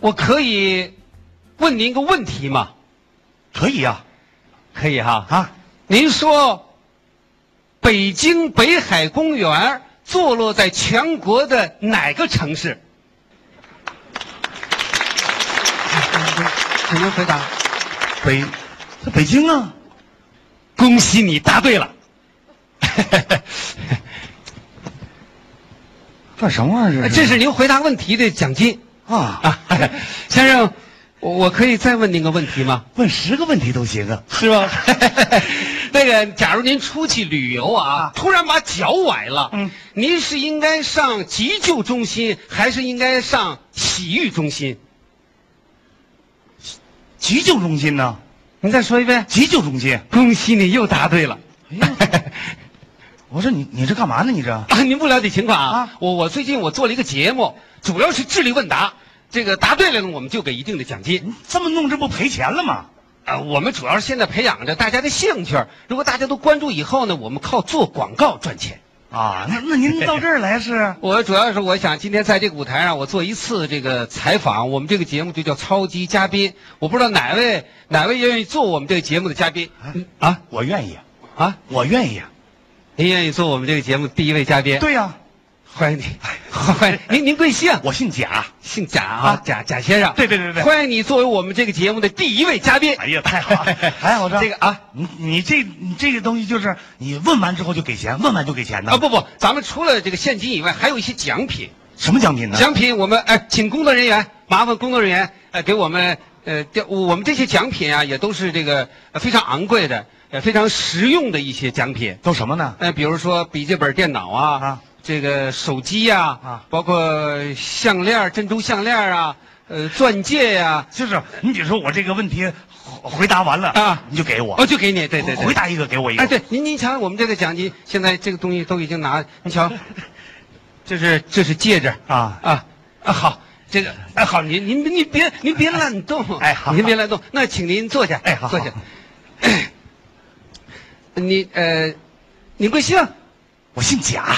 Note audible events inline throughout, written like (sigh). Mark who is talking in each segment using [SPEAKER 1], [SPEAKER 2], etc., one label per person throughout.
[SPEAKER 1] 我可以问您个问题吗？
[SPEAKER 2] 可以啊，
[SPEAKER 1] 可以哈。
[SPEAKER 2] 啊，
[SPEAKER 1] 您说，北京北海公园坐落在全国的哪个城市？请您回答。
[SPEAKER 2] 北，北京啊，
[SPEAKER 1] 恭喜你答对了。
[SPEAKER 2] 干什么玩意儿？
[SPEAKER 1] 这是您回答问题的奖金
[SPEAKER 2] 啊，
[SPEAKER 1] 啊，先生，我我可以再问您个问题吗？
[SPEAKER 2] 问十个问题都行啊。
[SPEAKER 1] 是 (laughs) 吗？那个，假如您出去旅游啊，突然把脚崴了，
[SPEAKER 2] 嗯
[SPEAKER 1] 您是应该上急救中心，还是应该上洗浴中心？
[SPEAKER 2] 急救中心呢？
[SPEAKER 1] 您再说一遍。
[SPEAKER 2] 急救中心。
[SPEAKER 1] 恭喜你又答对了。
[SPEAKER 2] 哎呀我说你你这干嘛呢？你
[SPEAKER 1] (laughs)
[SPEAKER 2] 这
[SPEAKER 1] 啊，您不了解情况啊？
[SPEAKER 2] 啊
[SPEAKER 1] 我我最近我做了一个节目，主要是智力问答，这个答对了呢，我们就给一定的奖金。
[SPEAKER 2] 这么弄，这不赔钱了吗？
[SPEAKER 1] 啊，我们主要是现在培养着大家的兴趣，如果大家都关注以后呢，我们靠做广告赚钱。
[SPEAKER 2] 啊，那那您到这儿来是
[SPEAKER 1] 我主要是我想今天在这个舞台上，我做一次这个采访，我们这个节目就叫超级嘉宾。我不知道哪位哪位愿意做我们这个节目的嘉宾啊
[SPEAKER 2] 我愿意，
[SPEAKER 1] 啊？
[SPEAKER 2] 我愿意。
[SPEAKER 1] 您愿意做我们这个节目第一位嘉宾？，
[SPEAKER 2] 对呀、
[SPEAKER 1] 欢
[SPEAKER 2] (laughs)
[SPEAKER 1] 迎你，欢迎 (laughs) 您，您贵姓？
[SPEAKER 2] 我姓贾。
[SPEAKER 1] 姓贾啊
[SPEAKER 2] 啊，
[SPEAKER 1] 贾贾先生。
[SPEAKER 2] 对对对对
[SPEAKER 1] 欢迎你作为我们这个节目的第一位嘉宾。
[SPEAKER 2] 哎呀，太好了，还好这
[SPEAKER 1] 这个啊
[SPEAKER 2] 你你这你这个东西就是你问完之后就给钱，问完就给钱的
[SPEAKER 1] 啊，不不，咱们除了这个现金以外，还有一些奖品。
[SPEAKER 2] 什么奖品呢？
[SPEAKER 1] 奖品我们哎，请工作人员麻烦工作人员呃给我们呃，调我们这些奖品啊，也都是这个呃非常昂贵的，呃非常实用的一些奖品。
[SPEAKER 2] 都什么呢？
[SPEAKER 1] 呃，比如说笔记本电脑啊，
[SPEAKER 2] 啊
[SPEAKER 1] 这个手机呀、啊，
[SPEAKER 2] 啊
[SPEAKER 1] 包括项链儿、珍珠项链儿啊，呃，钻戒呀、
[SPEAKER 2] 就是你比如说我这个问题回回答完了
[SPEAKER 1] 啊
[SPEAKER 2] 你就给我，
[SPEAKER 1] 哦，就给你，对对对
[SPEAKER 2] 回。答一个给我一个。
[SPEAKER 1] 哎，对，您您瞧，我们这个奖金现在这个东西都已经拿，您瞧，这是这是戒指
[SPEAKER 2] 啊，
[SPEAKER 1] 啊啊好，这个哎好，您您您别您别乱动，
[SPEAKER 2] 哎好
[SPEAKER 1] 您别乱动，那请您坐下，
[SPEAKER 2] 哎好
[SPEAKER 1] 坐下。 (coughs) 您呃，您贵姓？
[SPEAKER 2] 我姓贾，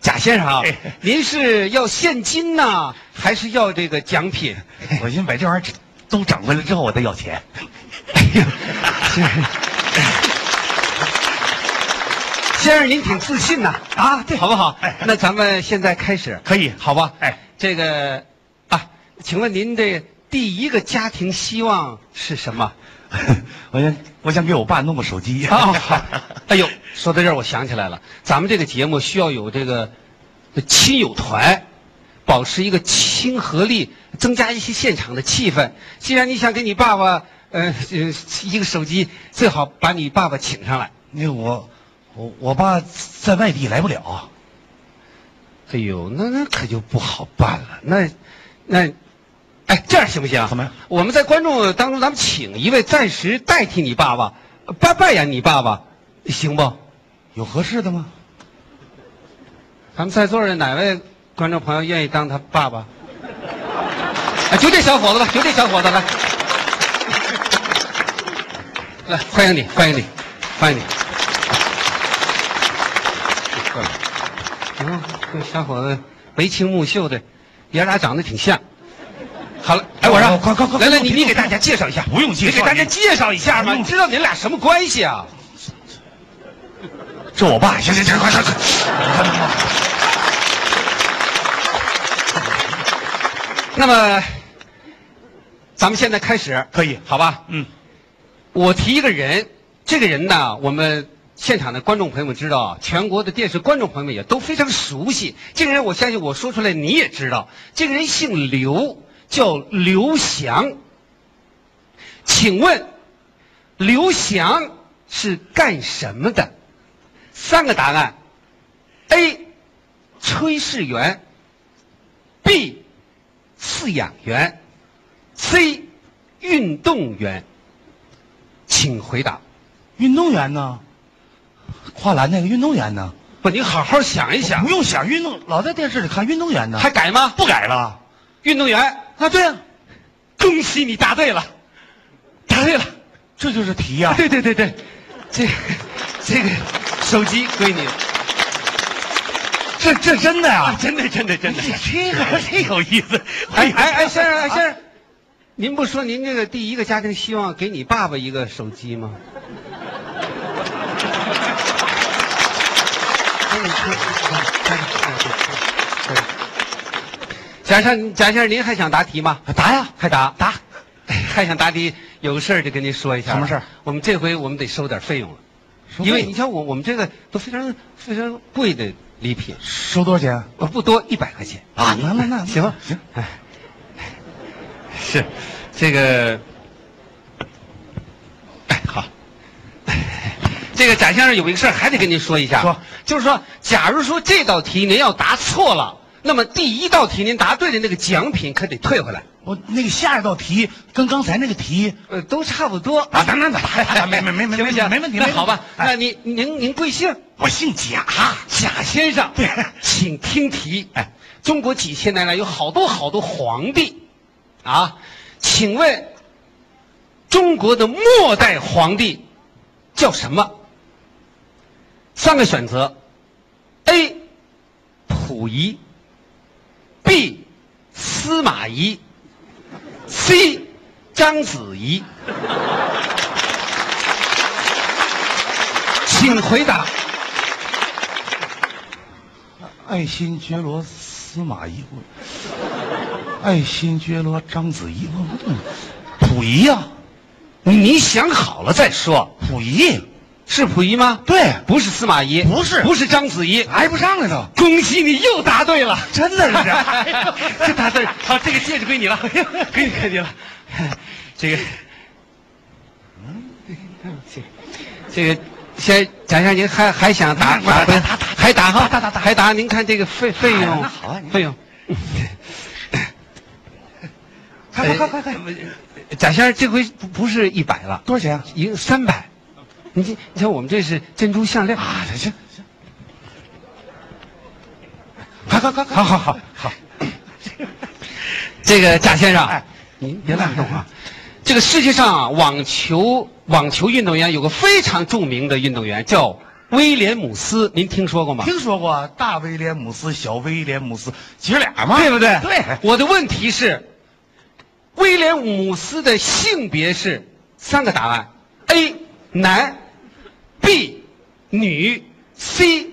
[SPEAKER 1] 贾先生啊
[SPEAKER 2] 哎，
[SPEAKER 1] 您是要现金呢，还是要这个奖品？ (laughs)
[SPEAKER 2] 哎我寻思把这玩意儿都整回来之后我再要钱。
[SPEAKER 1] 哎呀，
[SPEAKER 2] (laughs)
[SPEAKER 1] 先生，先生您挺自信呐啊，对，好不好？
[SPEAKER 2] 哎
[SPEAKER 1] 那咱们现在开始，
[SPEAKER 2] 可以
[SPEAKER 1] 好吧？
[SPEAKER 2] 哎，
[SPEAKER 1] 这个啊，请问您这第一个家庭希望是什么？
[SPEAKER 2] (laughs) 我想我想给我爸弄个手机。
[SPEAKER 1] 啊、
[SPEAKER 2] (laughs)
[SPEAKER 1] 好， (laughs) 哎呦，说到这儿我想起来了，咱们这个节目需要有这个亲友团，保持一个亲和力，增加一些现场的气氛。既然你想给你爸爸呃呃一个手机，最好把你爸爸请上来。
[SPEAKER 2] 那我我我爸在外地来不了，
[SPEAKER 1] 哎呦，那那可就不好办了。那那，哎，这样行不行啊？
[SPEAKER 2] 怎么样？
[SPEAKER 1] 我们在观众当中，咱们请一位暂时代替你爸爸，呃扮扮演你爸爸，行不？
[SPEAKER 2] 有合适的吗？
[SPEAKER 1] 咱们在座的哪位观众朋友愿意当他爸爸？啊，就这小伙子吧，就这小伙子来，来欢迎你，欢迎你，欢迎你。过来嗯，这小伙子眉清目秀的，爷俩长得挺像。好了，哎，我让
[SPEAKER 2] 哦快快快
[SPEAKER 1] 来来，你
[SPEAKER 2] 别
[SPEAKER 1] 你
[SPEAKER 2] 动
[SPEAKER 1] 给大家介绍一下，
[SPEAKER 2] 不用介绍
[SPEAKER 1] 你给大家介绍一下嘛，
[SPEAKER 2] 不用
[SPEAKER 1] 你知道你们俩什么关系啊？
[SPEAKER 2] 这我爸，行行行，快快快！
[SPEAKER 1] 那么，咱们现在开始，
[SPEAKER 2] 可以，
[SPEAKER 1] 好吧？
[SPEAKER 2] 嗯，
[SPEAKER 1] 我提一个人，这个人呢，我们现场的观众朋友们知道啊，全国的电视观众朋友们也都非常熟悉。这个人，我相信我说出来你也知道，这个人姓刘，叫刘翔。请问，刘翔是干什么的？三个答案：A. 炊事员，B. 饲养员，C. 运动员。请回答。
[SPEAKER 2] 运动员呢？跨栏那个运动员呢？
[SPEAKER 1] 不，你好好想一想
[SPEAKER 2] 不，用想运动，老在电视里看运动员呢。
[SPEAKER 1] 还改吗？
[SPEAKER 2] 不改了
[SPEAKER 1] 运动员，
[SPEAKER 2] 啊？对啊，
[SPEAKER 1] 恭喜你答对了，答对了。
[SPEAKER 2] 这就是题呀、
[SPEAKER 1] 对对对对，这这个手机归你。
[SPEAKER 2] 这啊这真的呀、
[SPEAKER 1] 真的真的真
[SPEAKER 2] 这个这有意思。
[SPEAKER 1] 哎哎哎，先生哎先生，您不说您这个第一个家庭希望给你爸爸一个手机吗？贾先生，贾先生，您还想答题吗？
[SPEAKER 2] 啊答呀，
[SPEAKER 1] 快答！
[SPEAKER 2] 答，
[SPEAKER 1] (laughs) 还想答题，有个事儿得跟您说一下。
[SPEAKER 2] 什么事儿？
[SPEAKER 1] 我们这回我们得收点费用了，因为你像我我们这个都非常非常贵的礼品，
[SPEAKER 2] 收多少钱啊？
[SPEAKER 1] 呃不多一百块钱
[SPEAKER 2] 啊那那
[SPEAKER 1] (laughs)
[SPEAKER 2] 那
[SPEAKER 1] 行吧
[SPEAKER 2] 行，
[SPEAKER 1] 哎，是这个，哎好， (laughs) 这个贾先生有一个事儿还得跟您说一下，
[SPEAKER 2] 说
[SPEAKER 1] 就是说，假如说这道题您要答错了，那么第一道题您答对的那个奖品可得退回来，
[SPEAKER 2] 我那个下一道题跟刚才那个题
[SPEAKER 1] 呃，都差不多
[SPEAKER 2] 啊，等等等，哎没没没没
[SPEAKER 1] 行不
[SPEAKER 2] 没
[SPEAKER 1] 行？
[SPEAKER 2] 没问题，
[SPEAKER 1] 那
[SPEAKER 2] 没
[SPEAKER 1] 好吧，
[SPEAKER 2] 问题
[SPEAKER 1] 那您您您贵姓？
[SPEAKER 2] 我姓哎啊贾，
[SPEAKER 1] 贾先生
[SPEAKER 2] 对，
[SPEAKER 1] 请听题。哎，中国几千年来有好多好多皇帝，啊，请问中国的末代皇帝叫什么？三个选择：A. 溥仪，B. 司马懿，C. 章子怡。请回答。
[SPEAKER 2] 爱新觉罗·司马懿，我爱新觉罗·章子怡，我我溥仪啊呀，
[SPEAKER 1] 你想好了再说，
[SPEAKER 2] 溥仪，
[SPEAKER 1] 是溥仪吗？
[SPEAKER 2] 对，
[SPEAKER 1] 不是司马懿，
[SPEAKER 2] 不是
[SPEAKER 1] 不是章子怡。
[SPEAKER 2] 挨不上了都，
[SPEAKER 1] 恭喜你又答对了，
[SPEAKER 2] 真的是
[SPEAKER 1] (laughs)
[SPEAKER 2] 这样 (laughs)
[SPEAKER 1] 这答对了。好，这个戒指归你了，哎归你归你了。这个，嗯，这个，这个，先贾先生，您还还想答
[SPEAKER 2] 我
[SPEAKER 1] 答
[SPEAKER 2] 答
[SPEAKER 1] 答还答哈？
[SPEAKER 2] 答答答
[SPEAKER 1] 还答？您看这个费费用，
[SPEAKER 2] 那好啊您
[SPEAKER 1] 费用。
[SPEAKER 2] 快快快快快，
[SPEAKER 1] 贾先生，这回不不是一百了，
[SPEAKER 2] 多少钱啊？
[SPEAKER 1] 一个三百。你这，你像我们这是珍珠项链
[SPEAKER 2] 啊，行行，快快快快，好好好好，
[SPEAKER 1] 这个贾先生，
[SPEAKER 2] 哎
[SPEAKER 1] 您别乱动啊！这个世界上啊，网球网球运动员有个非常著名的运动员叫威廉姆斯，您听说过吗？
[SPEAKER 2] 听说过大威廉姆斯、小威廉姆斯，姐俩嘛，
[SPEAKER 1] 对不对？
[SPEAKER 2] 对，
[SPEAKER 1] 我的问题是，威廉姆斯的性别是三个答案：A 男，B 女，C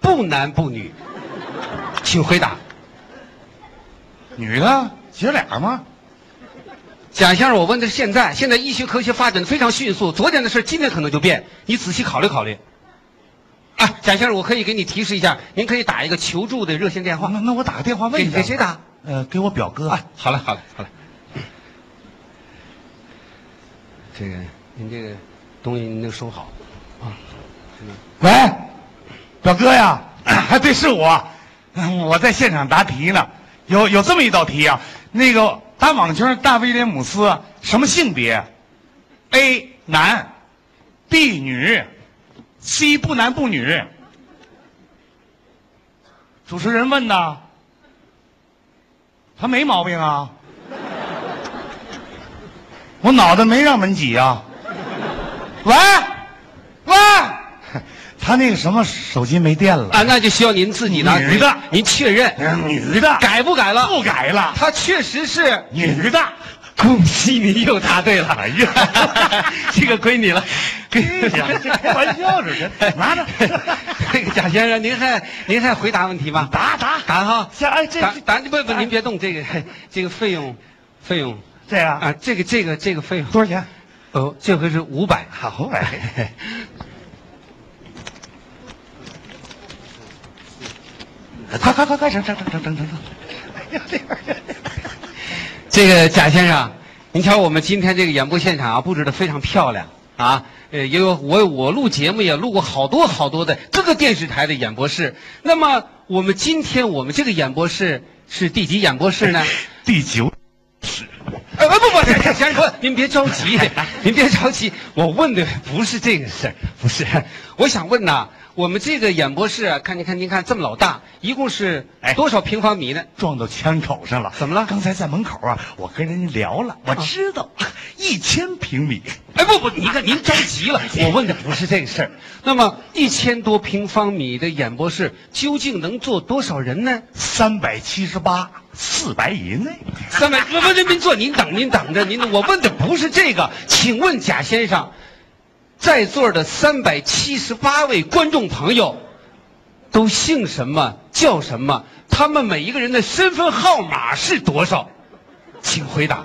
[SPEAKER 1] 不男不女。请回答。
[SPEAKER 2] 女的，姐俩嘛，
[SPEAKER 1] 贾先生，我问的是现在，现在医学科学发展的非常迅速，昨天的事儿今天可能就变，你仔细考虑考虑。啊，贾先生，我可以给你提示一下，您可以打一个求助的热线电话。
[SPEAKER 2] 那那我打个电话问
[SPEAKER 1] 给
[SPEAKER 2] 一下，
[SPEAKER 1] 给谁打？
[SPEAKER 2] 呃，给我表哥。
[SPEAKER 1] 啊，好了好了好了。这个，您这个东西您能收好啊？
[SPEAKER 2] 喂，表哥呀，啊对，是我，嗯我在现场答题呢。有有这么一道题啊，那个打网球大威廉姆斯什么性别？A 男，B 女，C 不男不女。主持人问的，他没毛病啊。我脑袋没让门挤啊。喂，喂， (laughs) 他那个什么手机没电了。
[SPEAKER 1] 啊，那就需要您自己呢，
[SPEAKER 2] 女的
[SPEAKER 1] 您您确认
[SPEAKER 2] 女的改
[SPEAKER 1] 改不改了？
[SPEAKER 2] 不改了，
[SPEAKER 1] 他确实是。
[SPEAKER 2] 女的。
[SPEAKER 1] (laughs) 恭喜你又答对了！哎
[SPEAKER 2] 呀
[SPEAKER 1] (laughs) 这个归你了，归 (laughs) 你
[SPEAKER 2] 哎呀这开玩笑似
[SPEAKER 1] (laughs)
[SPEAKER 2] 的拿着
[SPEAKER 1] 这个贾先生，您还您还回答问题吗？
[SPEAKER 2] 答答
[SPEAKER 1] 答哈，
[SPEAKER 2] 这哎这
[SPEAKER 1] 答
[SPEAKER 2] 这
[SPEAKER 1] 答不不，
[SPEAKER 2] 答
[SPEAKER 1] 您别动这个这个费用，费用
[SPEAKER 2] 这样、
[SPEAKER 1] 啊，这个这个这个费用，
[SPEAKER 2] 多少钱？
[SPEAKER 1] 哦，这回是五百。
[SPEAKER 2] 好
[SPEAKER 1] (laughs)
[SPEAKER 2] 哎，快快快快，整整整整整整整。
[SPEAKER 1] (laughs) 这个贾先生，您瞧我们今天这个演播现场啊，布置的非常漂亮啊。呃，也有我我录节目也录过好多好多的各个电视台的演播室。那么我们今天我们这个演播室 (laughs) 是第几演播室
[SPEAKER 2] (laughs)
[SPEAKER 1] 呢？
[SPEAKER 2] 第九，
[SPEAKER 1] 呃，不不，贾先生，不您别着急，您别着急，我问的不是这个事儿，不是，我想问呐，我们这个演播室啊，看您看您看这么老大，一共是
[SPEAKER 2] 哎
[SPEAKER 1] 多少平方米呢？
[SPEAKER 2] 撞到枪口上了。
[SPEAKER 1] 怎么了啊
[SPEAKER 2] 刚才在门口啊，我跟人家聊了，我知道一千平米。
[SPEAKER 1] 哎，不不，您看您着急了，我问的不是这个事儿。那么一千多平方米的演播室究竟能坐多少人呢？ (laughs)
[SPEAKER 2] 三百七十八，四百以内。
[SPEAKER 1] 三百不不，您您坐，您等您等着，您我问的不是这个，请问贾先生，在座的三百七十八位观众朋友，都姓什么叫什么？他们每一个人的身份号码是多少？请回答。